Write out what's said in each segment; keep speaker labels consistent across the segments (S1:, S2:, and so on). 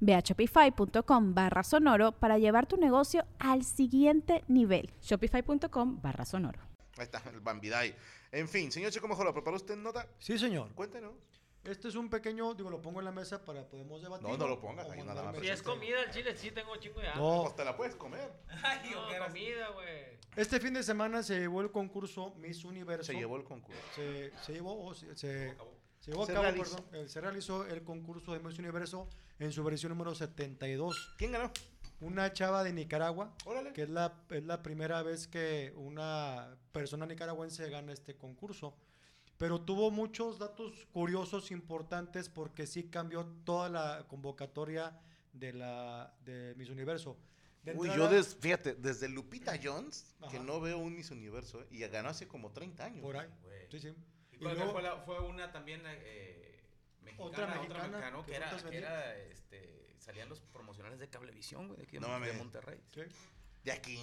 S1: Ve a shopify.com barra sonoro para llevar tu negocio al siguiente nivel.
S2: Shopify.com barra sonoro.
S3: Ahí está, el Bambiday. En fin, señor Chico Mejorado, ¿preparó usted nota?
S4: Sí, señor.
S3: Cuéntenos.
S4: Este es un pequeño, digo, lo pongo en la mesa para podemos debatir.
S3: No, no lo pongas, ahí nada más.
S5: Pues
S6: Si es comida
S5: eh,
S6: el chile, sí tengo chingo de hambre.
S4: No.
S3: Pues te la puedes comer.
S6: Ay, no, comida, güey.
S4: Este fin de semana se llevó el concurso Miss Universo.
S3: Se llevó el concurso.
S4: Se, se llevó, o se, se- se llevó a
S3: Se
S4: cabo,
S3: realizó.
S4: perdón, eh, se realizó el concurso de Miss Universo en su versión número 72.
S3: ¿Quién ganó?
S4: Una chava de Nicaragua,
S3: Órale.
S4: que es la, es la primera vez que una persona nicaragüense gana este concurso. Pero tuvo muchos datos curiosos, importantes, porque sí cambió toda la convocatoria de, la, de Miss Universo. De
S3: Uy, yo
S4: entrada,
S3: des, fíjate, desde Lupita Jones, que
S4: Ajá.
S3: no veo un Miss Universo, ¿eh? y ganó hace como 30 años.
S4: Por ahí,
S6: Güey.
S4: sí, sí.
S6: Y
S4: Y
S6: creo que
S4: luego-
S6: fue, la- fue una también eh, mexicana,
S4: Otra
S6: otra mexicana,
S4: mexicana, que
S6: que era,
S4: juntas
S6: que
S4: vendí-
S6: era, este, salían los promocionales de Cablevisión, güey, de aquí de,
S3: No
S6: Mon- de
S3: mames.
S6: Monterrey.
S4: Sí.
S3: De aquí.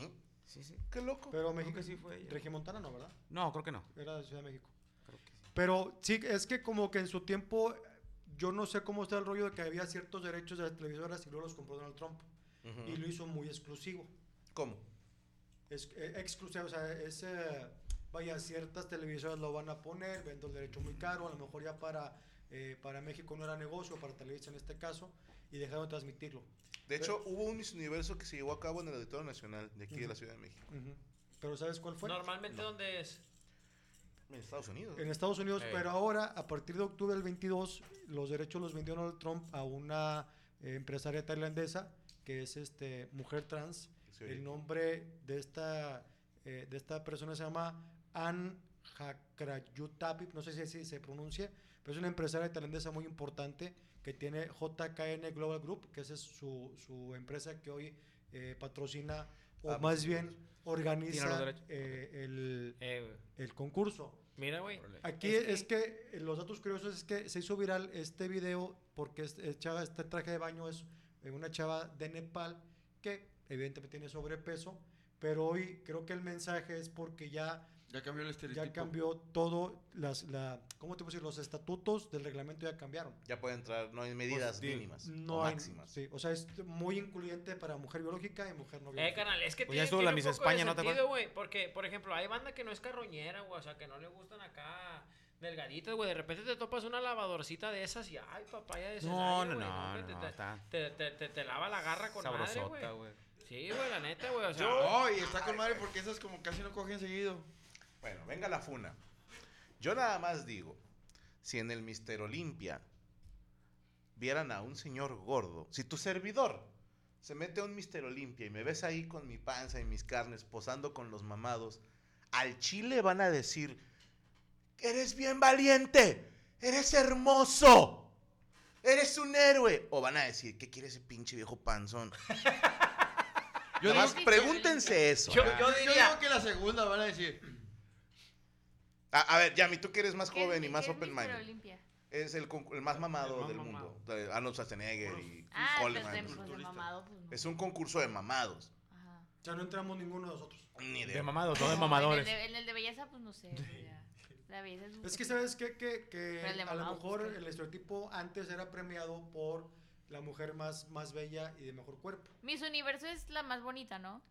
S6: Sí, sí.
S3: Qué loco.
S4: Pero
S6: Creo
S4: México
S6: que sí fue ella.
S4: Regimontana no, ¿verdad?
S6: No, creo que no.
S4: Era de Ciudad de México.
S6: Creo que sí.
S4: Pero sí, es que como que en su tiempo, yo no sé cómo está el rollo de que había ciertos derechos de las televisoras y luego los compró Donald Trump.
S3: Ujú.
S4: Y lo hizo muy exclusivo.
S3: ¿Cómo?
S4: Es, eh, exclusivo, o sea, es, eh, vaya, ciertas televisoras lo van a poner, vendo el derecho muy caro, a lo mejor ya para, eh, para México no era negocio, para Televisa en este caso, y dejaron de transmitirlo.
S3: De hecho, hubo un Miss Universo que se llevó a cabo en el Auditorio Nacional de aquí de la
S4: Ujú.
S3: Ciudad de México.
S4: Ujú. Pero ¿sabes cuál fue?
S6: Normalmente, ¿dónde es?
S3: En Estados Unidos.
S4: En Estados Unidos,
S6: Eh.
S4: pero ahora, a partir de octubre del 22, los derechos los vendió Donald Trump a una eh, empresaria tailandesa que es este mujer trans.
S3: Sí.
S4: El nombre de esta, eh, de esta persona se llama Ann Hakrayutapip, no sé si así se pronuncia, pero es una empresaria tailandesa muy importante que tiene JKN Global Group, que esa es su, su empresa que hoy eh, patrocina o
S3: Ah,
S4: más
S3: sí.
S4: bien organiza
S6: derechos.
S4: eh, el,
S6: Eh, güey.
S4: el concurso.
S6: mira, güey.
S7: Ah,
S4: Aquí es, que, eh, los datos curiosos es que se hizo viral este video porque este, eh, chava, este traje de baño es eh, una chava de Nepal que evidentemente tiene sobrepeso, pero hoy creo que el mensaje es porque ya,
S5: Ya cambió el estereotipo.
S4: ya cambió todo, las, la, ¿cómo te puedo decir? Los estatutos del reglamento ya cambiaron.
S3: Ya puede entrar, no hay medidas
S5: di-
S3: mínimas
S4: Pues, No
S3: o
S4: hay-
S3: máximas.
S4: sí, o sea, es muy incluyente para mujer biológica y mujer no
S6: Eh,
S4: biológica.
S6: carnal, es que
S5: Pues ya
S6: tiene,
S5: estuvo
S6: tiene
S5: la
S6: un
S5: Miss
S6: poco
S5: España,
S6: de
S5: ¿no te acuerdas?
S6: sentido, güey, porque, por ejemplo, hay banda que no es carroñera, güey, o sea, que no le gustan acá delgaditas, güey, de repente te topas una lavadorcita de esas y, ay, papaya
S7: pues,
S6: de
S5: No,
S6: Celaya,
S5: no,
S6: güey,
S5: no,
S6: hombre,
S5: no,
S6: te-
S5: no,
S6: te-
S5: está
S6: te, te, te, te lava la garra con madre,
S5: sabrosota,
S6: güey.
S5: güey.
S6: Sí, güey, la neta, güey, o sea,
S5: No, y está con madre porque esas como casi no cogen seguido.
S3: Bueno, venga la funa. Yo nada más digo, si en el Mister Olimpia vieran a un señor gordo, si tu servidor se mete a un Mister Olimpia y me ves ahí con mi panza y mis carnes posando con los mamados, al chile van a decir, eres bien valiente, eres hermoso, eres un héroe. O van a decir, ¿qué quiere ese pinche viejo panzón?
S5: Yo
S3: Nada
S5: digo,
S3: más pregúntense eso.
S6: Yo-
S3: Ah.
S6: yo-
S5: yo
S6: diría-
S5: digo que la segunda van a decir.
S3: A, a ver, Yami, tú que eres más
S8: ¿Qué es
S3: joven
S8: mi-
S3: y más
S8: qué es
S3: open
S8: Mr.
S3: minded.
S8: Olimpia?
S3: Es el, concu- el más mamado
S6: El más
S3: del
S6: mamado.
S3: mundo. De Arnold Schwarzenegger y
S8: Ah, pues
S3: Coleman.
S8: de, pues de
S5: culturista.
S8: mamado, pues no.
S3: Es un concurso de mamados.
S8: Ajá.
S4: O sea, no entramos ninguno de nosotros.
S3: Ni
S5: De
S3: idea.
S5: mamados, no
S8: No,
S5: de mamadores.
S8: En el de, en el de belleza, pues no sé. pues, ya. La belleza es.
S4: Es que sabes qué? que, que
S8: Pero el de
S4: a lo
S8: mamado,
S4: mejor
S8: pues, ¿qué?
S4: el estereotipo antes era premiado por la mujer más, más bella y de mejor cuerpo.
S8: Miss Universo es la más bonita, ¿no?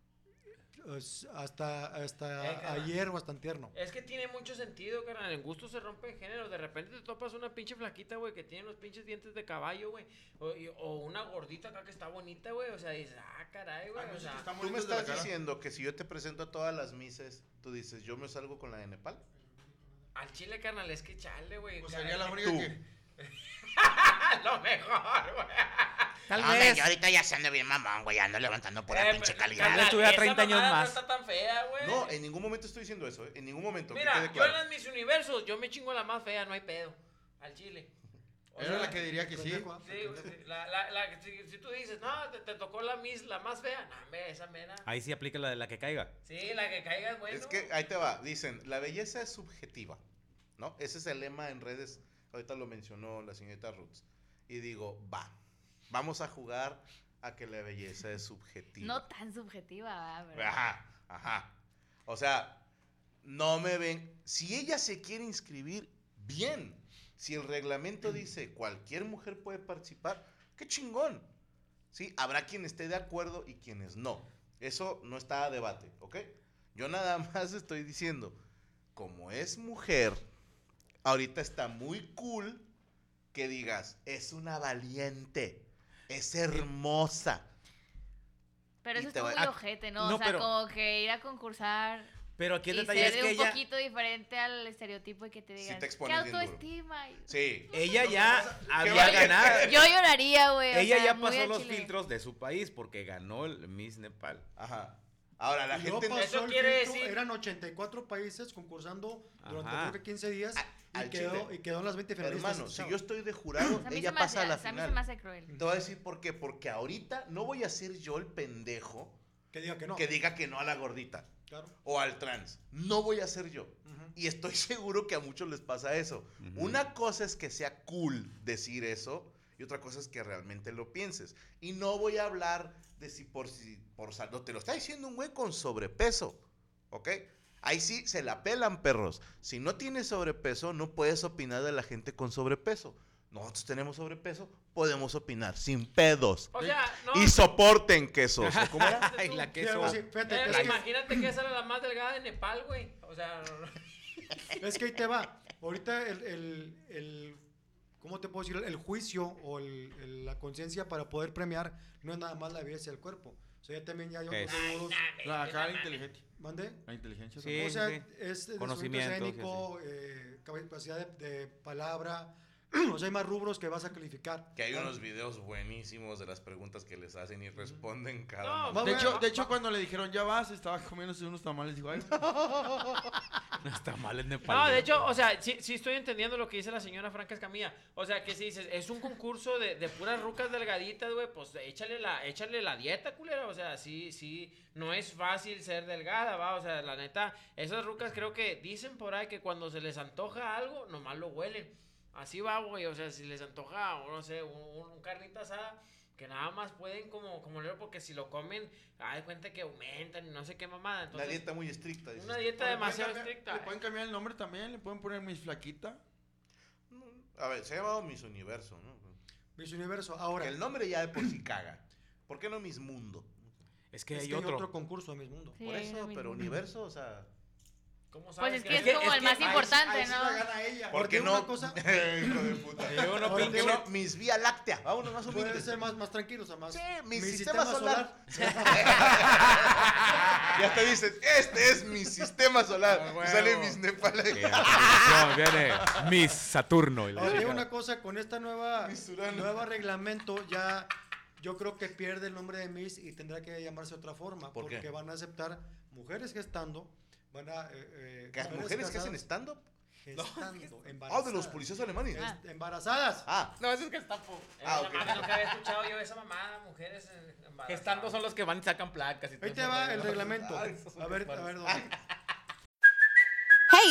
S4: es hasta, hasta
S6: Eh, carnal.
S4: ayer o hasta antierno.
S6: Es que tiene mucho sentido, carnal. En gusto se rompen géneros. De repente te topas una pinche flaquita, güey, que tiene los pinches dientes de caballo, güey. O, y- o una gordita acá que está bonita, güey. O sea, dices, ah, caray, güey.
S5: Ah, no,
S6: o
S5: es que
S6: sea,
S5: están
S3: Tú me
S5: bonitos de la
S3: estás
S5: cara.
S3: diciendo que si yo te presento a todas las mises, tú dices, yo me salgo con la de Nepal.
S6: al chile, carnal, es que chale, güey.
S5: Pues
S6: cara.
S5: sería la única
S3: Tú.
S5: que.
S6: A lo mejor, güey.
S7: Tal
S9: No, hombre,
S8: Pues-
S7: vez.
S9: yo ahorita ya se ando bien mamón, güey, ando levantando pura
S6: Eh,
S9: pinche
S6: pero,
S9: calidad.
S6: carnal,
S7: Yo tuviera
S6: esa
S7: 30 años
S6: mamada
S7: más.
S6: No está tan fea, güey.
S3: No, en ningún momento estoy diciendo eso, ¿eh? en ningún momento. que
S6: Mira,
S3: quede
S6: yo en
S3: claro.
S6: las mis universos, yo me chingo a la más fea, no hay pedo. Al chile. O
S5: Era
S6: sea,
S5: la que diría que sí.
S4: Pendejo, ¿ah?
S6: Sí, güey, sí, la, la, la- si, si tú dices, no, te, te tocó la mis, la más fea, no, hombre, esa mena.
S7: Ahí sí aplica la de la que caiga.
S6: Sí, la que caigas, bueno.
S3: Es que ahí te va, dicen, la belleza es subjetiva, ¿no? Ese es el lema en redes, ahorita lo mencionó la señorita Roots. Y digo, va, vamos a jugar a que la belleza es subjetiva.
S8: No tan subjetiva, ¿verdad? Pero-
S3: Ajá, ajá. O sea, no me ven. Si ella se quiere inscribir, bien. Si el reglamento
S4: Mm.
S3: dice cualquier mujer puede participar, qué chingón. Sí, habrá quien esté de acuerdo y quienes no. Eso no está a debate, ¿ok? Yo nada más estoy diciendo, como es mujer, ahorita está muy cool que digas, es una valiente, es hermosa.
S8: Pero
S3: Y
S8: eso
S3: te
S8: está
S3: va-
S8: muy
S3: ah,
S8: ojete, ¿no?
S7: no,
S8: O sea,
S7: pero-
S8: como que ir a concursar
S7: Pero aquí
S8: y
S7: el
S8: ser
S7: detalle es
S8: de un
S7: que ella,
S8: poquito diferente al estereotipo y que te
S3: Sí
S8: digan,
S3: te
S8: ¿qué
S3: expones bien duro".
S8: autoestima? Y-
S3: Sí.
S7: ella ya había
S3: vaya.
S7: ganado.
S8: Yo lloraría, güey. o
S7: Ella
S8: sea,
S7: ya
S8: muy
S7: pasó
S8: al
S7: los
S8: chile.
S7: filtros de su país porque ganó el Miss Nepal.
S3: Ajá. Ahora, la
S4: Y luego
S3: gente... no-
S4: pasó
S6: Eso
S4: el
S6: quiere
S4: filtro,
S6: decir-
S4: Eran 84 países concursando durante
S7: Ajá.
S4: creo que 15 días
S3: A-
S4: y
S3: al
S4: quedó,
S3: chile.
S4: y quedó en las 20 finalistas.
S3: Hermano, si
S4: Chao.
S3: yo estoy de jurado,
S8: A mí, se
S3: ella
S8: me hace-
S3: pasa a la
S8: a mí se me
S3: final.
S8: hace cruel.
S3: Te voy a decir por qué. Porque ahorita no voy a ser yo el pendejo
S4: Que diga que no.
S3: que diga que no a la gordita
S4: Claro.
S3: o al trans. No voy a ser yo.
S4: Ujú.
S3: Y estoy seguro que a muchos les pasa eso.
S7: Ujú.
S3: Una cosa es que sea cool decir eso y otra cosa es que realmente lo pienses. Y no voy a hablar de si por si por saldo te lo está diciendo un güey con sobrepeso, ¿ok? Ahí sí se la pelan perros. Si no tienes sobrepeso, no puedes opinar de la gente con sobrepeso. Nosotros tenemos sobrepeso, podemos opinar sin pedos.
S6: O sea, no.
S3: Y soporten quesos. ¿o ¿Cómo era?
S7: Ay, la
S4: Sí,
S7: queso.
S4: algo así. Fíjate,
S6: Eh,
S4: es, que,
S6: imagínate que esa era la más delgada de Nepal, güey. O sea,
S4: es que ahí te va. Ahorita el, el, el- ¿cómo te puedo decir? El juicio o el- el- la conciencia para poder premiar no es nada más la belleza del cuerpo. O sea, ya también ya hay
S7: ¿Qué
S4: otros
S7: es?
S4: modos.
S5: Pues, La cara inteligente.
S4: ¿Mande?
S5: La inteligencia
S7: Sí.
S4: o sea,
S7: sí.
S4: es de
S7: Conocimiento,
S4: conocimiento
S7: sí,
S4: escénico, eh, capacidad de, de palabra. o sea, hay más rubros que vas a calificar.
S3: Que hay unos videos buenísimos de las preguntas que les hacen y responden cada
S6: No,
S3: mamá.
S5: De
S4: Vamos,
S5: hecho,
S4: va-
S5: de hecho, cuando le dijeron ya vas, estaba comiéndose unos tamales. Digo, ay,
S7: No está mal en Nepal.
S6: No, de hecho, o sea, sí, sí estoy entendiendo lo que dice la señora Franca Escamilla. O sea, que si dices, es un concurso de, de puras rucas delgaditas, güey, pues échale la, échale la dieta, culera. O sea, sí, sí, no es fácil ser delgada, va. O sea, la neta, esas rucas creo que dicen por ahí que cuando se les antoja algo, nomás lo huelen. Así va, güey. O sea, si les antoja, o no sé, un, un- un carnita asada. Que nada más pueden como, como leer, porque si lo comen, hay cuenta que aumentan y no sé qué mamada.
S3: Una
S6: Entonces,
S3: dieta muy estricta. dices
S6: una
S3: tú.
S6: dieta
S5: Le pueden
S6: demasiado
S5: cambiar-
S6: estricta.
S5: Le
S6: eh.
S5: pueden cambiar el nombre también, le pueden poner mis flaquita.
S3: A ver, se ha llamado Miss Universo, ¿no?
S4: Miss Universo. Ahora,
S3: Que el nombre ya de por sí caga. ¿Por qué no Miss Mundo?
S7: es que
S4: es
S7: hay
S4: que
S7: otro.
S4: concurso de Miss Mundo.
S8: Sí,
S3: por
S8: ahí
S3: eso,
S8: no me-
S3: pero Universo, o sea...
S6: ¿Cómo
S8: Pues
S6: sabes
S8: es que es,
S7: que-
S8: como
S7: es
S8: el
S7: que
S8: más
S7: ahí-
S8: importante,
S5: ahí sí
S8: ¿no?
S5: la gana ella.
S3: ¿Por qué
S4: Porque una
S3: no?
S4: cosa-
S3: Hijo de puta.
S7: Y uno
S4: Ahora
S7: pinche-
S3: ¿Por qué no Miss Vía Láctea? Vámonos más
S4: Puede
S3: humildes.
S4: ser más, más tranquilos, o más.
S3: Sí, mi, sistema, solar. ya te dicen, este es mi sistema solar.
S7: Ah,
S3: Y
S7: huevo.
S3: Sale Miss Nepal. ahí.
S7: Que a continuación viene Miss Saturno. y la
S4: Ahora, te digo
S7: chingada.
S4: una cosa, con esta nueva
S3: Miss Urano.
S4: nueva reglamento ya yo creo que pierde el nombre de Miss y tendrá que llamarse de otra forma,
S3: ¿Por qué?
S4: porque van a aceptar mujeres gestando, van a eh, eh,
S3: ¿Las mujeres que hacen
S4: casadas
S3: stand-up?
S4: gestando,
S3: Ah,
S4: embarazadas.
S3: de los policías alemanes.
S8: Ah.
S4: Embarazadas.
S3: Ah,
S7: No, eso es Gestapo.
S3: Ah,
S6: Ah,
S3: ok.
S6: Nunca había escuchado yo esa mamada, mujeres en- embarazadas.
S7: Gestando son los que van y sacan placas. y
S4: Ahí
S7: todo
S4: te
S7: eso,
S4: va
S7: ¿no?
S4: el reglamento.
S7: Ah, esos son
S4: A ver, a
S7: Gestapo.
S4: ver, Domi.
S10: Hey,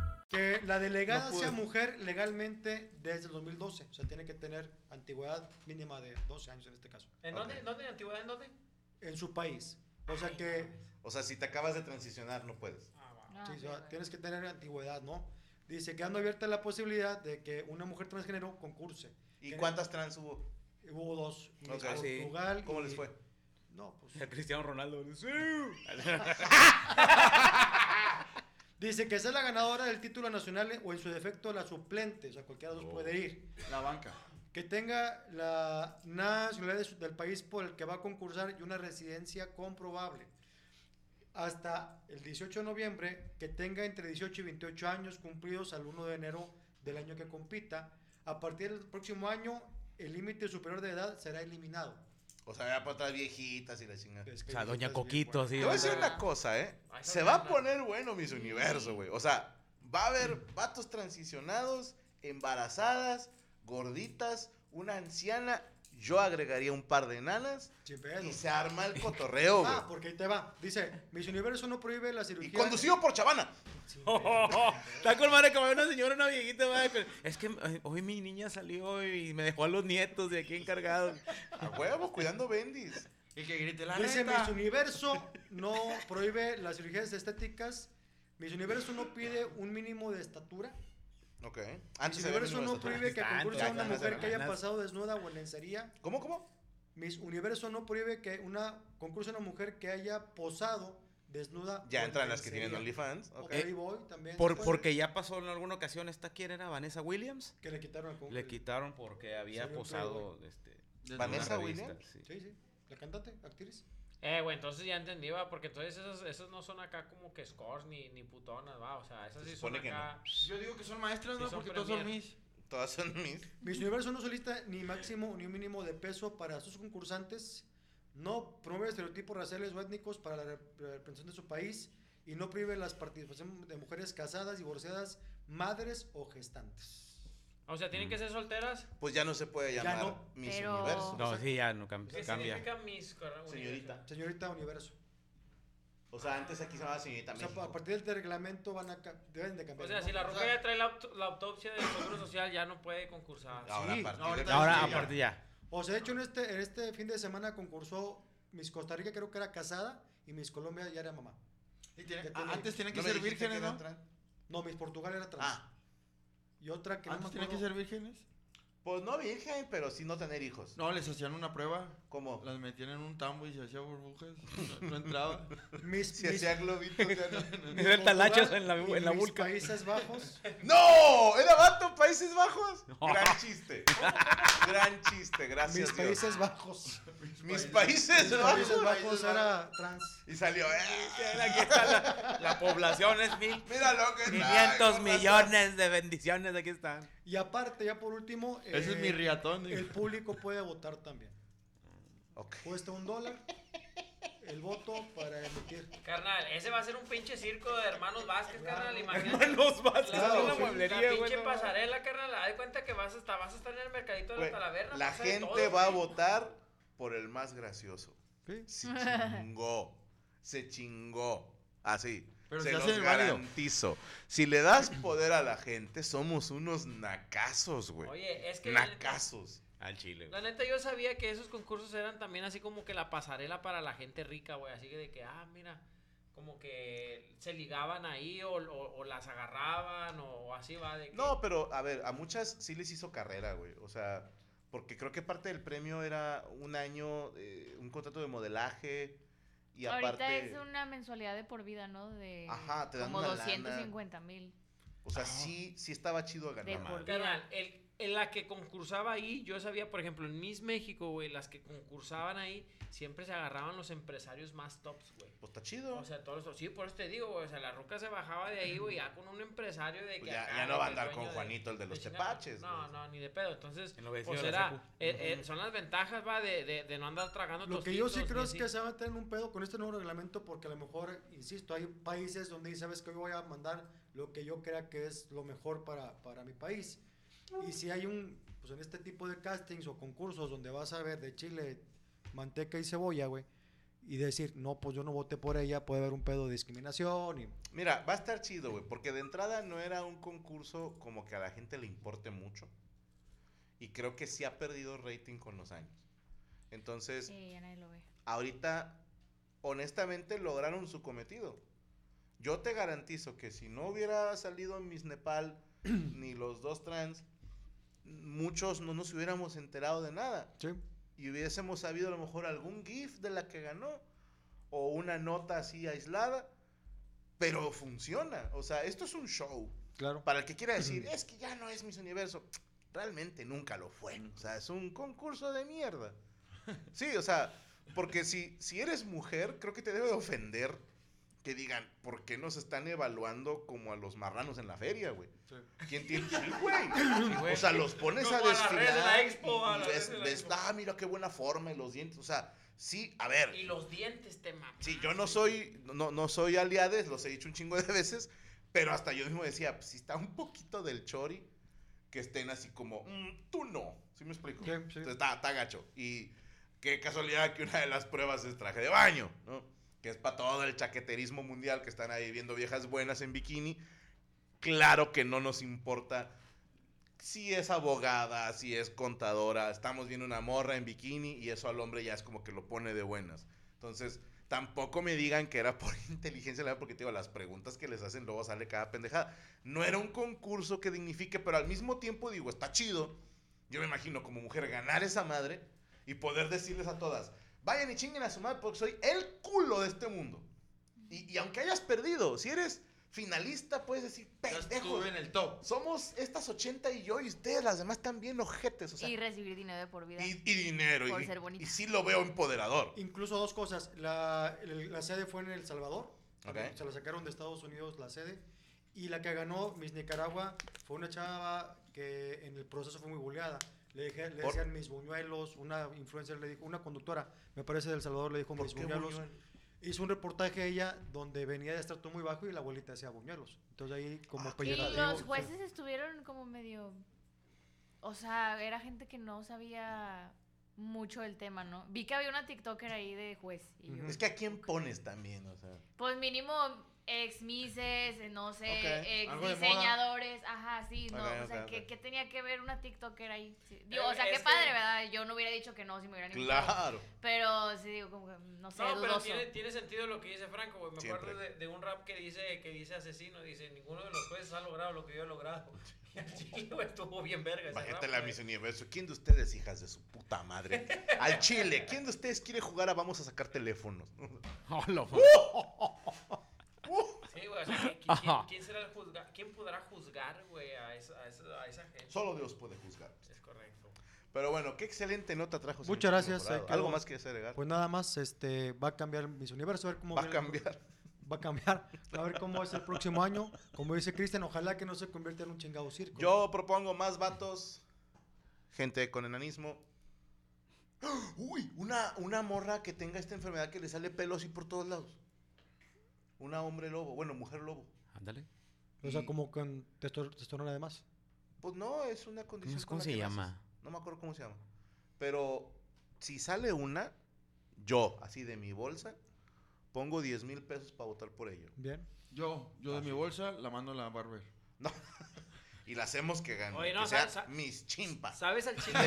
S4: Que la delegada
S5: No pude.
S4: sea mujer legalmente desde el 2012. O sea, tiene que tener antigüedad mínima de 12 años en este caso.
S6: ¿En dónde? ¿En dónde? ¿En antigüedad? ¿En dónde?
S4: En su país. O sea que
S3: O sea, si te acabas de transicionar, no puedes.
S4: sí, o sea, tienes que tener antigüedad, ¿no? Dice, quedando abierta la posibilidad de que una mujer transgénero concurse.
S3: ¿Y
S4: Tiene-
S3: cuántas trans hubo?
S4: Hubo dos. Miss
S3: Ok.
S7: Sí.
S4: Portugal
S3: ¿Cómo
S4: y-
S3: les fue?
S4: No, pues...
S7: El Cristiano Ronaldo. ¡Sí!
S4: Dice que sea la ganadora del título nacional eh, o en su defecto la suplente, o sea, cualquiera de
S7: Oh.
S4: los dos puede ir.
S5: La banca.
S4: Que tenga la nacionalidad de su- del país por el que va a concursar y una residencia comprobable. Hasta el 18 de noviembre, que tenga entre 18 y 28 años cumplidos al 1 de enero del año que compita. A partir del próximo año, el límite superior de edad será eliminado.
S3: O sea, ya para atrás viejitas y la chingada.
S4: Es
S7: O
S4: que
S7: sea,
S4: viejitas
S7: Doña
S4: bien
S7: Coquito,
S4: buenas.
S7: sí.
S3: Te voy a
S7: o
S3: decir
S7: sea,
S3: una cosa, ¿eh?
S6: Ay,
S3: Se
S6: no,
S3: va a
S6: no, no.
S3: poner bueno mis universo, güey. O sea, va a haber vatos transicionados, embarazadas, gorditas, una anciana. Yo agregaría un par de enanas
S4: Sin pedo.
S3: y se arma el cotorreo, güey.
S4: Ah, porque ahí te va. Dice, Miss Universo no prohíbe la cirugía.
S3: y conducido por Chavana.
S4: Sin
S7: Oh,
S4: pedo.
S7: oh, oh. Está con madre como una señora, una viejita. madre, con- Es que eh, hoy mi niña salió y me dejó a los nietos de aquí encargados.
S3: A huevo, cuidando bendis.
S5: Y que grite la
S4: Dice,
S5: neta.
S4: Miss Universo no prohíbe las cirugías estéticas. Miss Universo no pide un mínimo de estatura.
S3: Ok.
S4: Miss
S3: Antes había
S4: Universo
S3: mínimo
S4: no
S3: de
S4: prohíbe que
S3: estatura.
S4: concurse
S3: Tanto,
S4: una
S3: tantas
S4: mujer que haya
S3: hermanas.
S4: pasado desnuda o en lencería.
S3: ¿Cómo, cómo?
S4: Miss Universo no prohíbe que una concurse una mujer que haya posado desnuda. o
S3: Ya entran las que
S4: lencería.
S3: tienen OnlyFans.
S4: O
S3: Ok.
S4: Playboy también.
S7: Por,
S4: pues,
S7: porque ya pasó en alguna ocasión, esta quién era, Vanessa Williams.
S4: Que le quitaron el concurso.
S7: Le quitaron porque había
S4: Salió en
S7: posado este,
S5: Desde
S3: Vanessa
S7: una revista,
S3: Williams.
S7: sí.
S4: Sí, sí. La cantante, actriz.
S6: Eh, güey, entonces ya entendí, va, porque entonces esos, esos no son acá como que scores ni, ni putonas, va, o sea, esas
S3: Se
S6: sí son
S3: supone que
S6: acá...
S5: Yo digo que son maestras,
S6: Sí,
S5: ¿no?
S6: son
S5: Porque todos son
S6: premier.
S5: mis.
S3: Todas son mis.
S4: Miss Universo no solicita ni máximo ni un mínimo de peso para sus concursantes, no promueve estereotipos raciales o étnicos para la rep- representación de su país y no prohíbe la participación de mujeres casadas, divorciadas, madres o gestantes.
S6: O sea,
S3: Mm.
S6: ¿tienen que ser solteras?
S3: Pues ya no se puede
S4: Ya
S3: llamar
S4: no.
S3: Miss
S8: Pero-
S3: Universo.
S7: No, sí, ya no cam-
S6: ¿Qué
S7: cambia.
S6: significa mis corre-
S3: Señorita.
S4: Señorita Universo.
S3: O sea, antes aquí se llamaba señorita
S4: O sea,
S3: México.
S4: a partir de este reglamento van a ca- deben de cambiar.
S6: O sea,
S4: ¿no?
S6: si la roca ya trae la, auto- la autopsia del seguro social, ya no puede concursar.
S3: Ahora
S4: Sí,
S3: a partir
S5: ahorita
S3: de-
S7: Ahora,
S5: Sí, ya.
S7: aparte ya.
S4: O sea, de hecho en este en este fin de semana concursó Miss Costa Rica, creo que era casada y Miss Colombia ya era mamá.
S5: Y tiene-
S4: Ya
S5: ah,
S4: tiene-
S5: antes tienen que
S3: ¿No me
S5: ser
S3: dijiste
S5: vírgenes,
S3: que
S5: ¿no?
S3: eran trans?
S4: No, Miss Portugal era trans.
S3: Ah,
S4: Y otra que no me
S5: Antes Ah, tienen que
S4: acuerdo.
S5: ser vírgenes.
S3: pues no virgen, pero sí no tener hijos.
S5: No, les hacían una prueba.
S3: ¿Cómo?
S5: Las metían en un tambo y se hacía burbujas. No, no entraba.
S4: Miss,
S3: Si
S4: Miss-
S3: hacía globitos ya no.
S4: Miss
S7: Era talachos
S4: Portugal
S7: en la-
S4: y
S7: en la
S4: Miss
S7: vulca.
S4: Países Bajos.
S3: ¡No! ¿Era vato Países Bajos? Gran chiste. Gran chiste, gracias
S4: Mis
S3: Dios.
S4: Países Bajos.
S3: Mis Países
S4: Mis
S3: Bajos.
S4: Países Bajos era trans.
S3: Y salió. ¡eh!
S7: Aquí está la, la población, es mil.
S3: Mira lo que trae,
S7: 500
S3: con
S7: millones de bendiciones, aquí están.
S4: Y aparte, ya por último,
S5: Ese es mi
S4: eh,
S5: riatón. digo.
S4: el público puede votar también.
S3: razón. Ok.
S4: Cuesta un dólar el voto para emitir.
S6: Carnal, ese va a ser un pinche circo de hermanos Vázquez, carnal, imagínate.
S7: Hermanos Vázquez,
S6: La,
S4: Claro,
S7: una
S4: sí.
S7: mueblería,
S6: la
S7: güey,
S6: pinche
S7: no mames.
S6: pasarela, carnal, haz de cuenta que vas a estar, vas a estar en el mercadito de
S3: Güey,
S6: la Talaverna.
S3: la
S6: pasa de
S3: gente
S6: todo,
S3: va a
S6: güey.
S3: votar por el más gracioso.
S5: Sí.
S3: Se chingó. Se chingó. Así.
S5: Pero
S3: se
S5: se hace
S3: los
S5: el válido.
S3: garantizo. Si le das poder a la gente, somos unos nacazos, güey.
S6: Oye, es que... la neta-
S3: Nacazos.
S7: Al chile,
S6: La
S7: güey.
S6: neta, yo sabía que esos concursos eran también así como que la pasarela para la gente rica, güey. Así que de que, ah, mira, como que se ligaban ahí o, o- o las agarraban o, así va. De que,
S3: No, pero a ver, a muchas sí les hizo carrera, güey. O sea, porque creo que parte del premio era un año, eh, un contrato de modelaje y aparte.
S8: Ahorita es una mensualidad de por vida, ¿no? De
S3: Ajá, te dan
S8: como
S3: una lana.
S8: 250 mil.
S3: O
S5: Ah.
S3: sea, sí, sí estaba chido
S8: De
S3: ganar.
S8: por
S6: Carnal,
S8: vida.
S6: el- en la que concursaba ahí, yo sabía, por ejemplo, en Miss México, güey, las que concursaban ahí, siempre se agarraban los empresarios más tops, güey.
S3: Pues está chido.
S6: O sea, todos los... Sí, por eso te digo, güey, o sea, la ruca se bajaba de ahí, güey, ya con un empresario de que...
S3: Pues ya-
S6: acá,
S3: ya no va a
S6: de que
S3: andar con
S6: dueño
S3: Juanito, el de los
S6: chingada.
S3: tepaches,
S6: No,
S3: güey.
S6: no, ni de pedo. Entonces,
S7: En lo vecino
S6: pues
S7: de la
S6: era-
S7: secu.
S6: eh, eh, son las ventajas, va, de, de, de no andar tragando
S4: Lo que yo sí
S6: tostitos,
S4: creo
S6: ni
S4: es
S6: así.
S4: que se va a meter en un pedo con este nuevo reglamento porque a lo mejor, insisto, hay países donde dice, sabes que yo voy a mandar lo que yo crea que es lo mejor para, para mi país. Y si hay un, pues en este tipo de castings o concursos donde vas a ver de chile, manteca y cebolla, güey, y decir, no, pues yo no voté por ella, puede haber un pedo de discriminación. Y,
S3: Mira, va a estar chido, güey, porque de entrada no era un concurso como que a la gente le importe mucho. Y creo que sí ha perdido rating con los años. Entonces,
S8: Sí, ya nadie lo ve.
S3: ahorita, honestamente, lograron su cometido. Yo te garantizo que si no hubiera salido Miss Nepal ni los dos trans, muchos no nos hubiéramos enterado de nada.
S4: Sí.
S3: Y hubiésemos sabido a lo mejor algún GIF de la que ganó o una nota así aislada. Pero funciona. O sea, esto es un show.
S4: Claro.
S3: Para el que quiera decir, es que ya no es Miss Universo. Realmente nunca lo fue. O sea, es un concurso de mierda. Sí, o sea, porque si, si eres mujer, creo que te debe de ofender que digan, ¿por qué nos están evaluando como a los marranos en la feria, güey? ¿Quién tiene? Sí, güey.
S6: güey.
S3: O sea, los pones a
S6: Como a la red de
S3: desfilar.
S6: la
S3: y-
S6: expo, a
S3: y
S6: la
S3: ves,
S6: red de la
S3: ves,
S6: expo.
S3: ah, mira qué buena forma y los dientes. O sea, sí, a ver.
S6: Y los dientes te maman.
S3: Sí, yo no soy, no, no soy aliades, los he dicho un chingo de veces, pero hasta yo mismo decía, pues, si está un poquito del chori, que estén así como, "Mm, tú no, ¿sí me explico?
S4: Sí, sí.
S3: Entonces, está, está gacho. Y qué casualidad que una de las pruebas es traje de baño, ¿no? Que es para todo el chaqueterismo mundial que están ahí viendo viejas buenas en bikini. Claro que no nos importa si es abogada, si es contadora, estamos viendo una morra en bikini y eso al hombre ya es como que lo pone de buenas. Entonces, tampoco me digan que era por inteligencia, la verdad, porque te digo, las preguntas que les hacen luego sale cada pendejada. No era un concurso que dignifique, pero al mismo tiempo digo, está chido. Yo me imagino como mujer ganar esa madre y poder decirles a todas, vayan y chinguen a su madre porque soy el culo de este mundo. Y, y aunque hayas perdido, si eres finalista, puedes decir, pendejo.
S5: Estuve en el top.
S3: Somos estas 80 y yo y ustedes, las demás también ojetes. O sea,
S8: y recibir dinero de por vida.
S3: y, y dinero.
S8: Por
S3: y,
S8: ser bonita.
S3: y sí lo veo empoderador.
S4: Incluso dos cosas. La, el- la sede fue en El Salvador.
S3: Ok.
S4: Se la sacaron de Estados Unidos la sede. Y la que ganó Miss Nicaragua fue una chava que en el proceso fue muy buleada. Le, dije- le
S3: ¿Por?
S4: decían mis buñuelos, una influencer le dijo, una conductora, me parece del Salvador le dijo mis buñuelos. Hizo un reportaje ella donde venía de estrato muy bajo y la abuelita decía buñuelos. Entonces ahí como
S3: Ah,
S8: Y
S3: Oye,
S4: peyorativo,
S8: los
S4: sí.
S8: jueces estuvieron como medio. O sea, era gente que no sabía mucho del tema, ¿no? Vi que había una TikToker ahí de juez. Y yo,
S4: Ujú.
S3: Es que a quién pones también, o sea.
S8: Pues mínimo ex mises, no sé,
S3: Ok,
S5: algo de
S8: ex diseñadores, ajá, sí, no,
S3: Ok,
S8: o sea,
S3: ok,
S8: ¿qué,
S3: ok.
S8: qué tenía que ver una TikToker ahí? Sí, Digo,
S6: Eh,
S8: o sea, qué
S6: es que-
S8: padre, ¿verdad? Yo no hubiera dicho que no si me hubieran invitado.
S3: Claro.
S8: Pero sí digo, como que, no sé,
S6: No, pero
S8: dudoso.
S6: tiene, tiene sentido lo que dice Franco, güey. Me acuerdo
S3: Siempre.
S6: de, de un rap que dice, que dice asesino, dice, ninguno de los jueces ha logrado lo que yo he logrado. Y así, güey, estuvo bien verga ese
S3: Imagínate
S6: rap,
S3: la
S6: güey.
S3: Miss Universo. ¿Quién de ustedes, hijas de su puta madre? Al Chile, ¿quién de ustedes quiere jugar a vamos a sacar teléfonos?
S7: Uh.
S6: Sí, güey, o sea, ¿quién- quién, quién será el juzga- quién podrá juzgar, güey, a esa, a, esa, a esa gente?
S3: Solo Dios puede juzgar.
S6: Es correcto.
S3: Pero bueno, qué excelente nota trajo. su
S4: Muchas gracias,
S3: temporada.
S4: ahí quedó.
S3: Algo más que agregar.
S4: Pues nada más, este, va a cambiar mis universos, a ver cómo
S3: Va a
S4: viene-
S3: cambiar.
S4: va a cambiar. A ver cómo es el próximo año. Como dice Cristian, ojalá que no se convierta en un chingado circo.
S3: Yo propongo más vatos. Gente con enanismo. ¡Ah! Uy, una, una morra que tenga esta enfermedad que le sale pelo así por todos lados. Una hombre lobo, bueno, mujer lobo.
S7: Ándale.
S4: O sea, como con testo- testosterona además.
S3: Pues no, es una condición.
S7: ¿Cómo,
S3: con la
S7: se
S3: que
S7: llama?
S3: naces. No me acuerdo cómo se llama. Pero si sale una, yo, así de mi bolsa, pongo 10 mil pesos para votar por ella.
S4: Bien.
S5: Yo, yo de mi bolsa la mando a la barber.
S3: No. y la hacemos que gane.
S6: Oye, no,
S3: que
S6: sa-
S3: sea
S6: sa-
S3: mis chimpas.
S6: ¿Sabes al chile?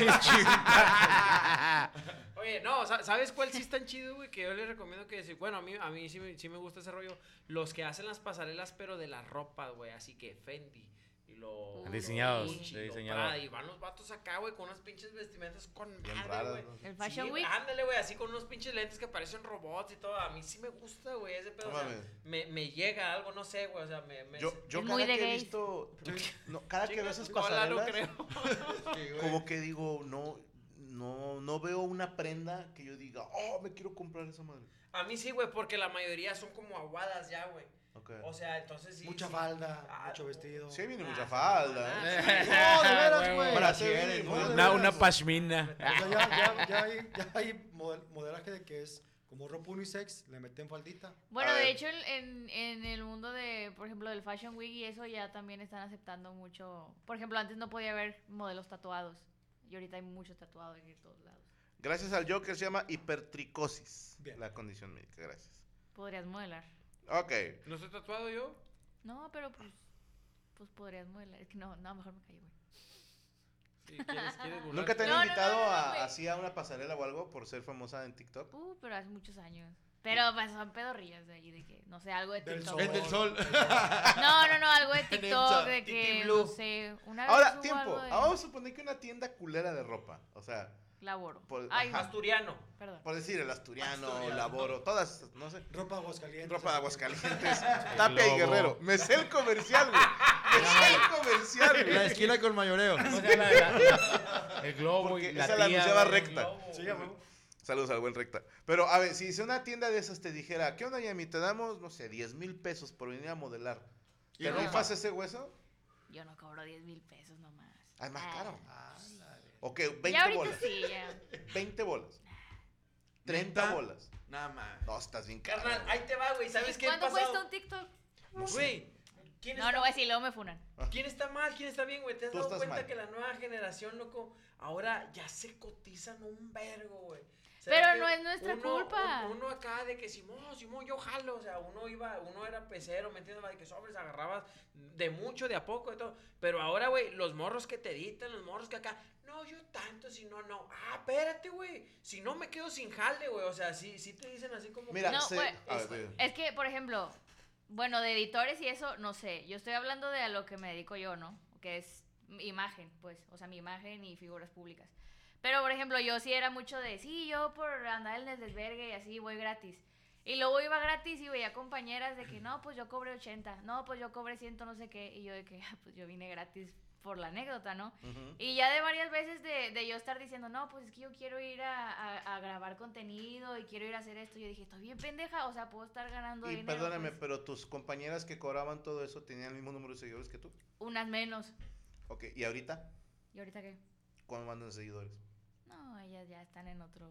S7: Ah.
S6: Oye, no, sa- ¿sabes cuál sí es tan chido, güey? Que yo les recomiendo que, sí- bueno, a mí, a mí sí, me- sí me gusta ese rollo. Los que hacen las pasarelas, pero de la ropa, güey. Así que Fendi. Y lo,
S8: Ah,
S7: diseñados,
S6: lo Gucci,
S7: de
S6: lo
S7: diseñador.
S6: Prada, y van los vatos acá, güey, con unas pinches vestimentas con
S3: Bien
S6: madre,
S3: raras,
S6: güey.
S3: ¿no?
S8: El Fashion
S6: Sí, ah,
S8: Week.
S6: Ándale, güey, así con unos pinches lentes que parecen robots y todo. A mí sí me gusta, güey, ese pedo.
S3: No
S6: o sea,
S3: mames.
S6: me, me llega algo, no sé, güey. O sea, me. me
S3: Yo, yo
S8: Es
S3: cada
S8: muy de
S3: que he
S8: gays.
S3: visto. no,
S4: Ah,
S3: cada que veo esas
S6: Hola, no
S3: pasarelas,
S6: creo.
S3: como que digo, no, no, no veo una prenda que yo diga, oh, me quiero comprar esa madre.
S6: A mí sí, güey, porque la mayoría son como aguadas ya, güey.
S3: Ok.
S6: O sea, entonces sí.
S4: Mucha
S6: sí.
S4: falda,
S6: Ah,
S4: mucho vestido.
S3: Sí, viene
S6: Ah,
S3: mucha
S6: sí,
S3: falda.
S6: ah,
S3: ¿eh?
S6: sí. Ah,
S4: No, de veras, güey.
S5: Brasieres,
S4: Sí, no, de
S7: Una,
S4: veras.
S7: una pashmina.
S4: O sea, ya, ya- ya hay, ya hay model- modelaje de que es como ropa unisex, le meten faldita.
S8: Bueno,
S3: A
S8: de
S3: ver.
S8: hecho, en, en- en el mundo de, por ejemplo, del Fashion Week y eso ya también están aceptando mucho. Por ejemplo, antes no podía haber modelos tatuados. Y ahorita hay muchos tatuados en todos lados.
S3: Gracias al Joker se llama hipertricosis. La condición médica, gracias.
S8: Podrías modelar.
S3: Ok.
S6: ¿No estoy tatuado yo?
S8: No, pero pues. Pues podrías modelar. Es que no, no, mejor me callo, güey.
S6: Sí, ¿quieres- quieres burlarte?
S3: ¿Nunca te han
S8: No, no,
S3: invitado
S8: no, no,
S3: a-
S8: güey.
S3: así a una pasarela o algo por ser famosa en TikTok?
S8: Uh, pero hace muchos años. Pero pues, son pedorrillas de ahí, de que, no sé, algo de
S3: Del
S8: TikTok.
S3: sol. Es del sol.
S8: No, no, no, algo de
S3: En el
S8: TikTok,
S3: sol,
S8: de
S3: Titi
S8: que,
S3: Blue.
S8: no sé, una vez
S3: Ahora,
S8: hubo
S3: tiempo.
S8: algo de-
S3: Ah, Vamos a suponer que una tienda culera de ropa. O sea,
S8: Laboro.
S3: por,
S8: Ay,
S3: ajá.
S6: Asturiano.
S8: Perdón.
S3: por decir el asturiano,
S4: Asturiano.
S3: laboro, todas, esas, no sé.
S4: Ropa de Aguascalientes.
S3: Ropa de Aguascalientes.
S4: El
S3: Tapia y
S5: lobo.
S3: Guerrero. Me sé el comercial, güey. Me sé el comercial, güey.
S5: La esquina con mayoreo.
S6: el globo
S3: Porque
S5: y la
S3: esa la
S5: tía,
S3: anunciaba
S5: güey, el
S3: recta.
S5: globo. Sí, a huevo.
S3: Saludos al buen recta. Pero, a ver, si hice una tienda de esas te dijera, ¿qué onda, Yami? Te damos, no sé, 10 mil pesos por venir a modelar.
S8: Y
S3: ¿Te
S8: ropa.
S3: rifas ese hueso?
S8: Yo no cobro 10 mil pesos nomás.
S3: Ah, es más
S8: Ah.
S3: caro. Ok, 20
S8: Ya ahorita
S3: bolas.
S8: sí, ya.
S3: 20 bolas. 30 bolas. Nada más. No, estás bien caro.
S6: Carnal, ahí te va, güey. ¿Sabes qué ha
S8: ¿Cuánto
S6: pasado?
S8: cuesta un TikTok?
S3: No sé.
S6: Güey, ¿quién
S8: No,
S6: está-
S8: no voy a decir, luego me funan.
S6: ¿Quién está mal? ¿Quién está bien, güey? ¿Te has
S3: Tú
S6: dado
S3: estás
S6: cuenta
S3: mal.
S6: que la nueva generación, loco, ahora ya se cotizan un vergo, güey? ¿Será
S8: Pero
S6: que
S8: no es nuestra
S6: uno-
S8: culpa.
S6: un- Uno acá de que Simón, Simón, yo jalo. O sea, uno iba, uno era pecero, ¿me entiendes? De que sobres agarrabas de mucho, de a poco, de todo. Pero ahora, güey, los morros que te editan, los morros que acá. No, yo tanto, si no, no. Ah, espérate, güey. Si no, me quedo sin jale, güey. O sea, sí, sí te dicen así como.
S3: Mira,
S8: No,
S3: se-
S8: güey,
S3: a ver, ve.
S8: Es que, por ejemplo, bueno, de editores y eso, no sé. Yo estoy hablando de a lo que me dedico yo, ¿no? Que es mi imagen, pues. O sea, mi imagen y figuras públicas. Pero, por ejemplo, yo sí era mucho de, sí, yo por andar en el desvergue y así voy gratis. Y luego iba gratis y veía compañeras de que, no, pues yo cobré 80, no, pues yo cobré 100, no sé qué. Y yo de que, "Ah, pues yo vine gratis por la anécdota, ¿no? Y ya de varias veces de, de yo estar diciendo, no, pues es que yo quiero ir a, a- a grabar contenido y quiero ir a hacer esto. Yo dije, estoy bien pendeja, o sea, puedo estar ganando
S3: Y
S8: dinero.
S3: perdóname,
S8: pues,
S3: pero tus compañeras que cobraban todo eso tenían el mismo número de seguidores que tú.
S8: unas menos.
S3: Ok, ¿y ahorita?
S8: ¿Y ahorita qué?
S3: ¿Cuándo mandan seguidores?
S8: No, ellas ya están en otro...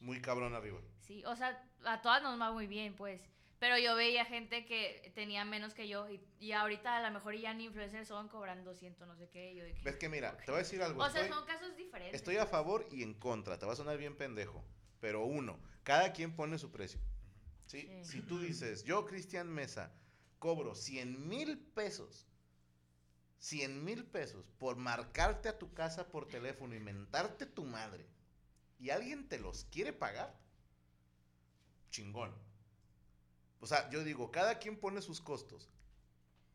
S3: Muy cabrón arriba.
S8: Sí, o sea, a todas nos va muy bien, pues. Pero yo veía gente que tenía menos que yo y, y ahorita a lo mejor ya ni influencers son cobrando 200, no sé qué. y yo de que-
S3: Ves que mira, te voy a decir algo.
S8: o sea,
S3: estoy-
S8: son casos diferentes.
S3: Estoy a favor y en contra. Te va a sonar bien pendejo. Pero uno, cada quien pone su precio. ¿sí? Si tú dices, yo, Cristian Mesa, cobro 100 mil pesos, 100 mil pesos por marcarte a tu casa por teléfono y mentarte tu madre, y alguien te los quiere pagar, chingón. O sea, yo digo, cada quien pone sus costos.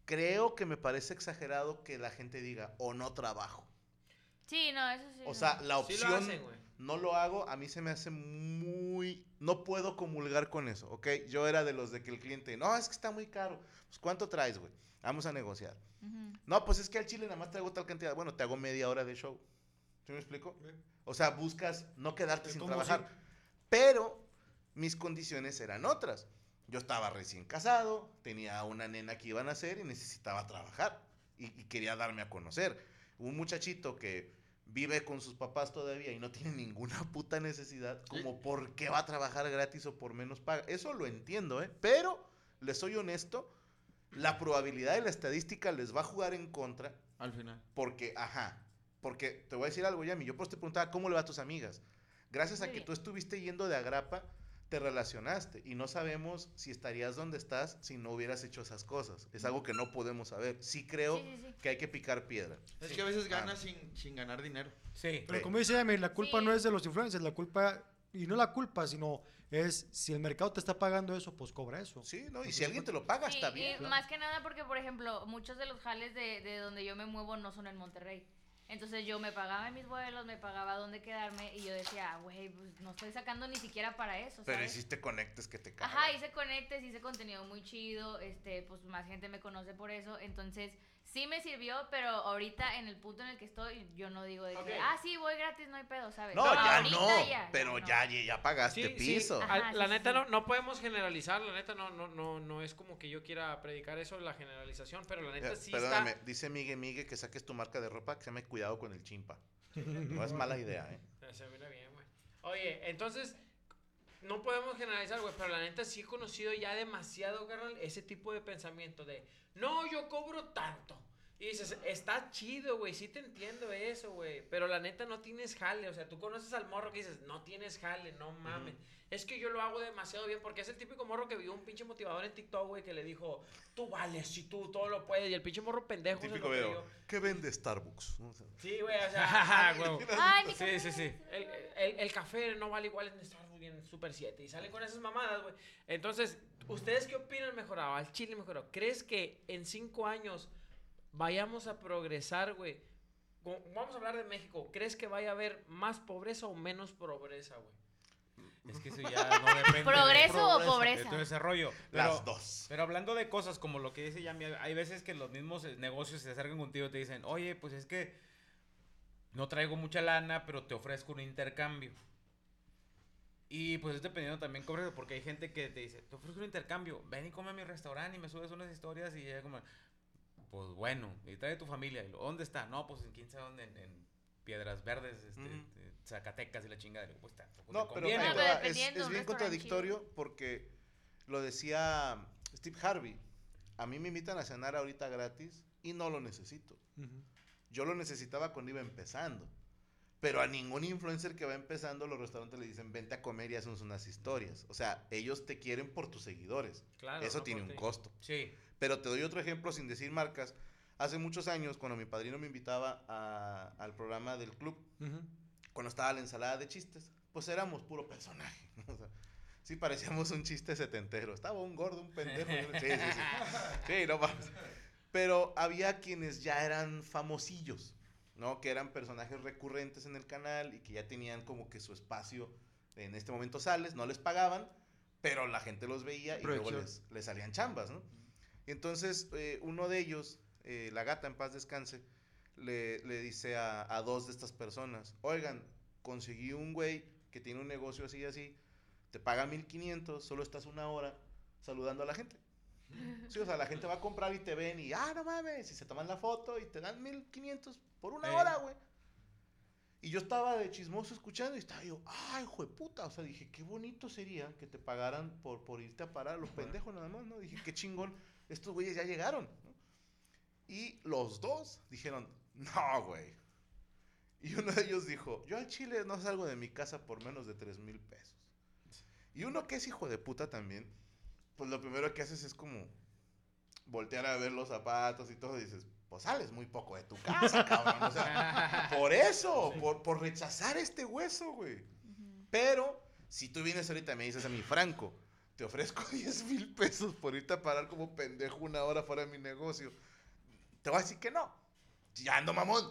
S3: Creo que me parece exagerado que la gente diga, o no trabajo.
S8: Sí, no, eso sí.
S3: O
S8: no.
S3: sea, la
S6: Sí
S3: opción
S6: lo hacen, güey.
S3: no lo hago, a mí se me hace muy... No puedo comulgar con eso, ¿ok? Yo era de los de que el cliente, no, es que está muy caro. Pues, ¿cuánto traes, güey? Vamos a negociar.
S8: Ujú.
S3: No, pues es que al chile nada más traigo tal cantidad. Bueno, te hago media hora de show. ¿Sí me explico? O sea, buscas no quedarte
S4: Es
S3: sin
S4: como
S3: trabajar. Pero mis condiciones eran otras. Yo estaba recién casado, tenía una nena que iba a nacer y necesitaba trabajar. Y, y quería darme a conocer. Un muchachito que vive con sus papás todavía y no tiene ninguna puta necesidad, como por qué va a trabajar gratis o por menos paga. Eso lo entiendo, ¿eh? Pero, les soy honesto, la probabilidad de la estadística les va a jugar en contra
S5: Al final.
S3: porque, ajá, porque te voy a decir algo, Yami. Yo por eso te preguntaba cómo le va a tus amigas. Gracias a
S8: Muy
S3: que
S8: bien.
S3: tú estuviste yendo de agrapa, te relacionaste y no sabemos si estarías donde estás si no hubieras hecho esas cosas. Es algo que no podemos saber. Sí creo
S8: Sí, sí, sí.
S3: que hay que picar piedra.
S5: Es
S3: Sí.
S5: que a veces
S3: Ah,
S5: ganas sin, sin ganar dinero.
S6: Sí.
S4: Pero como dice Yami, la culpa no es de los influencers, la culpa, y no la culpa, sino es si el mercado te está pagando eso, pues cobra eso.
S3: Sí, no, y si alguien te lo paga,
S8: Sí,
S3: está
S8: y
S3: bien.
S8: más que nada porque, por ejemplo, muchos de los jales de, de donde yo me muevo no son en Monterrey. Entonces yo me pagaba en mis vuelos, me pagaba dónde quedarme y yo decía, "Ah, güey, pues no estoy sacando ni siquiera para eso.
S3: Pero
S8: ¿sabes?".
S3: hiciste conectes que te cagan.
S8: Ajá, hice conectes, hice contenido muy chido, este, pues más gente me conoce por eso, entonces sí me sirvió, pero ahorita en el punto en el que estoy, yo no digo de
S6: Ok.
S8: que, ah, sí, voy gratis, no hay pedo, ¿sabes?
S3: No, ya
S8: ahorita
S3: no,
S8: ya,
S3: pero
S8: no.
S3: ya, ya, ya pagaste
S6: Sí, sí,
S3: piso.
S6: al-
S8: Ajá,
S6: la
S8: sí,
S6: neta
S8: sí.
S6: no, no podemos generalizar, la neta no, no, no, no es como que yo quiera predicar eso, la generalización, pero la neta
S3: Eh,
S6: sí
S3: Perdóname,
S6: está.
S3: dice Migue Migue que saques tu marca de ropa, que se me cuidado con el chimpa. No es mala idea, ¿eh?
S6: Eh, Se mira bien, güey. Oye, entonces, no podemos generalizar, güey, pero la neta sí he conocido ya demasiado, carnal, ese tipo de pensamiento de, no, yo cobro tanto. Y dices, está chido, güey, sí te entiendo eso, güey, pero la neta no tienes jale, o sea, tú conoces al morro que dices, no tienes jale, no mames. Es que yo lo hago demasiado bien porque es el típico morro que vio un pinche motivador en TikTok, güey, que le dijo, tú vales, si tú todo lo puedes, y el pinche morro pendejo se
S3: Típico
S6: lo
S3: video.
S6: creyó.
S3: ¿Qué vende Starbucks? No sé.
S6: Sí, güey, o sea.
S3: huevo.
S7: Ay, mi
S6: sí,
S7: café.
S6: sí, sí. El, el- el café no vale igual en Starbucks y en Super 7. Y salen con esas mamadas, güey. Entonces, ¿ustedes qué opinan mejorado? Al Chile mejorado. ¿Crees que en cinco años vayamos a progresar, güey? Con- Vamos a hablar de México. ¿Crees que vaya a haber más pobreza o menos pobreza, güey?
S7: Es que eso ya no depende.
S8: ¿Progreso o pobreza?
S7: De tu desarrollo.
S3: Las dos.
S7: Pero hablando de cosas como lo que dice Yami, hay veces que los mismos eh, negocios se acercan contigo y te dicen, oye, pues es que no traigo mucha lana, pero te ofrezco un intercambio. Y pues es dependiendo también cómo ofreces, porque hay gente que te dice, te ofrezco un intercambio, ven y come a mi restaurante y me subes unas historias y ya como, pues bueno, y trae tu familia. Y lo, ¿Dónde está? No, pues en quién sabe dónde, en, en Piedras Verdes, este, eh, Zacatecas y la chingada. Y digo, Pues, está, pues,
S3: No,
S7: te
S3: pero
S7: conviene,
S3: ahí te
S7: güey".
S3: va, es,
S8: dependiendo,
S3: es
S8: un
S3: bien
S8: restaurante
S3: contradictorio porque lo decía Steve Harvey. A mí me invitan a cenar ahorita gratis y no lo necesito. Yo lo necesitaba cuando iba empezando. Pero a ningún influencer que va empezando, los restaurantes le dicen, vente a comer y haznos unas historias. O sea, ellos te quieren por tus seguidores.
S7: Claro,
S3: Eso
S7: no
S3: tiene
S7: por
S3: un
S7: ti.
S3: costo.
S7: Sí.
S3: Pero te doy otro ejemplo sin decir marcas. Hace muchos años, cuando mi padrino me invitaba a- al programa del club, cuando estaba la ensalada de chistes, pues éramos puro personaje. ¿no? O sea, sí parecíamos un chiste setentero. Estaba un gordo, un pendejo. y un- Sí, sí, sí. Sí, no mames. Pero había quienes ya eran famosillos, ¿no? Que eran personajes recurrentes en el canal y que ya tenían como que su espacio. En este momento sales, no les pagaban, pero la gente los veía y luego
S5: Proyección.
S3: les, les salían chambas, ¿no? Y entonces eh, uno de ellos, eh, la gata en paz descanse, le, le dice a, a dos de estas personas, oigan, conseguí un güey que tiene un negocio así y así, te paga 1500, solo estás una hora saludando a la gente. Sí, o sea, la gente va a comprar y te ven y, ah, no mames, y se toman la foto y te dan 1500 por una
S7: Ey.
S3: hora, güey. Y yo estaba de chismoso escuchando y estaba yo, ay, hijo de puta. O sea, dije, qué bonito sería que te pagaran por, por irte a parar a los pendejos nada más, ¿no? Dije, qué chingón, estos güeyes ya llegaron. ¿no? Y los dos dijeron, no, güey. Y uno de ellos dijo, yo al Chile no salgo de mi casa por menos de 3 mil pesos. Y uno que es hijo de puta también, pues lo primero que haces es como voltear a ver los zapatos y todo, y dices, pues sales muy poco de tu casa, cabrón. O sea, por eso, por, por rechazar este hueso, güey. Pero si tú vienes ahorita y me dices a mi Franco, te ofrezco 10 mil pesos por irte a parar como pendejo una hora fuera de mi negocio, te voy a decir que no. Ya ando mamón,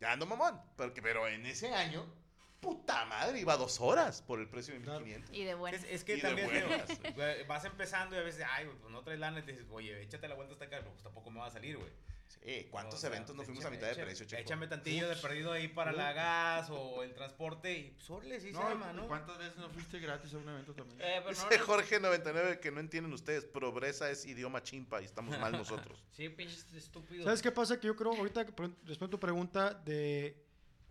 S3: ya ando mamón. Porque, pero en ese año, puta madre, iba dos horas por el precio de 1500.
S8: Y de buenas.
S7: Es, es que
S3: Y de
S7: también digo,
S3: buenas.
S7: güey, vas empezando y a veces, ay, güey, pues no traes lana y te dices, oye, échate la vuelta hasta acá, pues tampoco me va a salir, güey.
S3: Sí, ¿cuántos eventos no fuimos a
S7: échame-
S3: mitad de
S7: échame-
S3: precio, chico?
S7: Échame tantillo de perdido ahí para la gas o el transporte y pues, órale, sí se
S5: No,
S7: llama,
S5: ¿y
S7: ¿no?
S5: ¿Cuántas veces no fuiste gratis a un evento también?
S6: Eh, pero no,
S3: Dice
S6: no-
S3: Jorge99 que no entienden ustedes, progresa es idioma chimpa y estamos mal nosotros.
S6: Sí, pinches estúpidos.
S4: ¿Sabes qué pasa? Que yo creo, ahorita, que pre- respondiendo a tu pregunta de.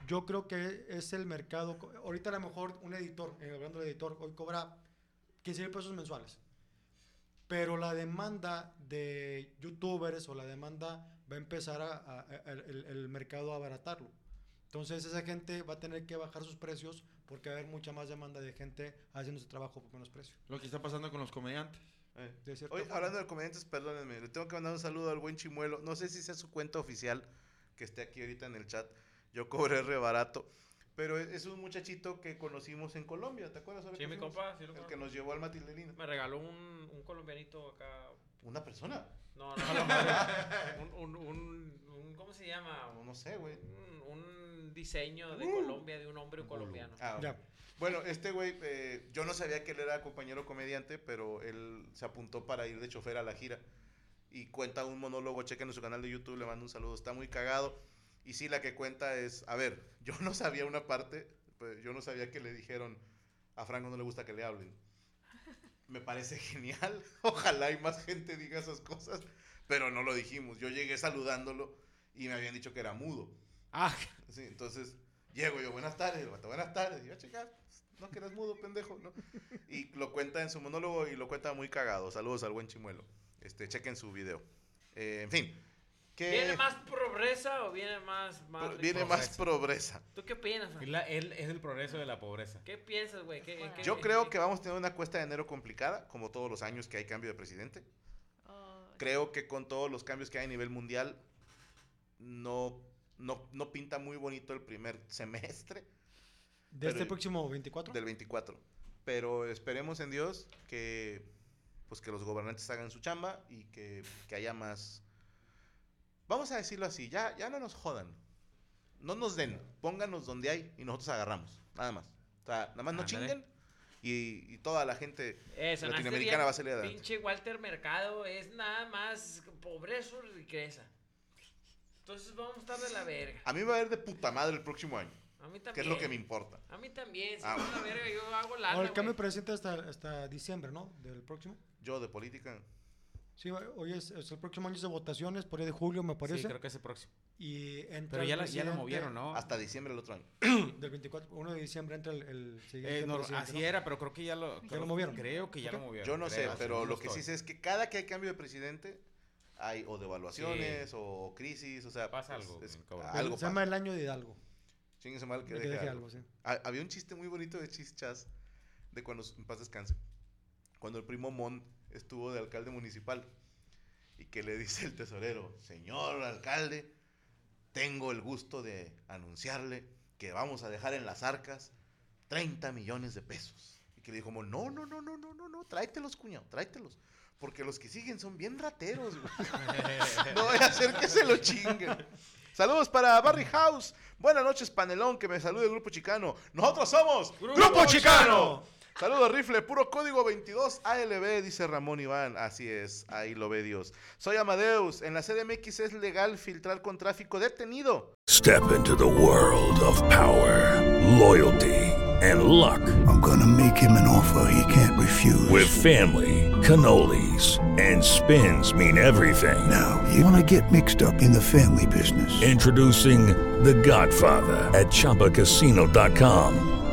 S4: Yo creo que es el mercado. co- Ahorita a lo mejor un editor, eh, hablando de editor, hoy cobra 15 mil pesos mensuales. Pero la demanda de youtubers o la demanda va a empezar a, a- a- el, el mercado a abaratarlo. Entonces esa gente va a tener que bajar sus precios porque va a haber mucha más demanda de gente haciendo su trabajo por menos precio.
S5: Lo que está pasando con los comediantes.
S4: De cierta
S3: Eh, Oye,
S4: forma.
S3: hablando de comediantes, perdónenme, le tengo que mandar un saludo al buen Chimuelo. No sé si sea su cuenta oficial que esté aquí ahorita en el chat. Yo cobré rebarato. Pero e, es, es un muchachito que conocimos en Colombia, ¿te acuerdas? Ahora
S6: Sí,
S3: que
S6: mi
S3: fuimos?
S6: compa, sí lo
S3: El
S6: conozco.
S3: que nos llevó al Matildelina.
S6: Me regaló un, un colombianito acá.
S3: Una persona.
S6: No, no, no. no. un, un, un, un- ¿Cómo se llama?
S3: No sé, güey.
S6: Un, un diseño
S3: Mm.
S6: de Colombia de un hombre colombiano.
S3: Ah,
S4: Ya.
S3: Bueno, este güey, eh, yo no sabía que él era compañero comediante, pero él se apuntó para ir de chofer a la gira. Y cuenta un monólogo, chequen en su canal de YouTube, le mando un saludo, está muy cagado. Y sí, la que cuenta es, a ver, yo no sabía una parte, pues, yo no sabía que le dijeron, a Franco no le gusta que le hablen. Me parece genial, ojalá y más gente diga esas cosas, pero no lo dijimos. Yo llegué saludándolo y me habían dicho que era mudo.
S7: Ah,
S3: Sí, entonces llego yo, buenas tardes, el vato, buenas tardes. Y yo, "Ah, chica, no que eres mudo, pendejo, ¿no? Y lo cuenta en su monólogo y lo cuenta muy cagado. Saludos al buen chimuelo. Este, chequen su video. Eh, en fin, que-
S6: ¿Viene más pobreza o viene más... más
S3: Pro- viene
S6: riqueza?
S3: más progresa.
S6: ¿Tú qué opinas? Fran?
S7: Es, la- el- es el progreso de la pobreza.
S6: ¿Qué piensas, güey? ¿Qué- qué-
S3: Yo
S6: qué-
S3: creo que vamos a tener una cuesta de enero complicada, como todos los años que hay cambio de presidente.
S8: Oh,
S3: Creo que con todos los cambios que hay a nivel mundial, no, no, no pinta muy bonito el primer semestre.
S4: ¿De
S3: Pero-
S4: este próximo 24?
S3: Del 24. Pero esperemos en Dios que, pues que los gobernantes hagan su chamba y que, que haya más... Vamos a decirlo así, ya, ya no nos jodan. No nos den, pónganos donde hay y nosotros agarramos, nada más. O sea, nada más no
S7: Ándale.
S3: chinguen y, y toda la gente
S6: Eh, sonaste
S3: latinoamericana
S6: bien,
S3: va a salir adelante.
S6: Pinche Walter Mercado es nada más pobreza o riqueza. Entonces vamos a estar de la verga.
S3: A mí me va a ir de puta madre el próximo año.
S6: A mí
S3: Que es
S6: también.
S3: lo que me importa.
S6: A mí también. Si
S3: Ah,
S6: no
S3: bueno.
S6: la verga, yo hago
S4: Ahora,
S6: lana,
S4: el cambio
S6: güey.
S4: de presidente hasta, hasta diciembre, ¿no? Del próximo.
S3: Yo de política.
S4: Sí, hoy es, es el próximo año es de votaciones, por ahí de julio, me parece.
S7: creo que es el próximo.
S4: Y entra
S7: Pero ya
S4: el
S7: la, ya la
S4: presidente-
S7: movieron, ¿no?
S3: Hasta diciembre del otro año.
S4: Del 24, 1 de diciembre entra el, el siguiente.
S7: Eh, no,
S4: presidente,
S7: así
S4: ¿no?
S7: era, pero creo que ya lo,
S4: Ya
S7: creo-
S4: lo movieron.
S7: Creo que ya
S4: Ok.
S7: lo movieron.
S3: Yo no sé,
S7: creo,
S3: pero
S7: según
S3: lo
S7: yo
S3: que sí
S7: estoy.
S3: sé es que cada que hay cambio de presidente hay o devaluaciones o crisis, o sea,
S7: Pasa
S3: es-
S7: algo,
S3: es-
S7: cabrón.
S4: El-
S3: algo
S4: se llama
S3: pasa.
S4: el año de Hidalgo.
S3: Chingue su madre que
S4: de
S3: deje algo.
S4: algo, sí.
S3: Ha- Había un chiste muy bonito de Chichas de cuando en paz descanse. Cuando el primo Mon estuvo de alcalde municipal y que le dice el tesorero, "Señor alcalde, tengo el gusto de anunciarle que vamos a dejar en las arcas 30 millones de pesos." Y que le dijo, Mon, "No, no, no, no, no, no, no, tráetelos, cuñado, tráetelos." Porque los que siguen son bien rateros, güey. No voy a hacer que se lo chinguen. Saludos para Barry House. Buenas noches, panelón, que me salude el Grupo Chicano. Nosotros somos Grupo, Chicano. Saludos, Rifle, puro código 22 ALB, dice Ramón Iván. Así es, ahí lo ve Dios. Soy Amadeus. En la CDMX es legal filtrar con tráfico detenido.
S11: Step into the world of power, loyalty, and luck. I'm going to make him an offer he can't refuse. With family, cannolis, and spins mean everything. Now,
S12: You want to get mixed up in the family business.
S11: introducing The Godfather at ChumbaCasino.com.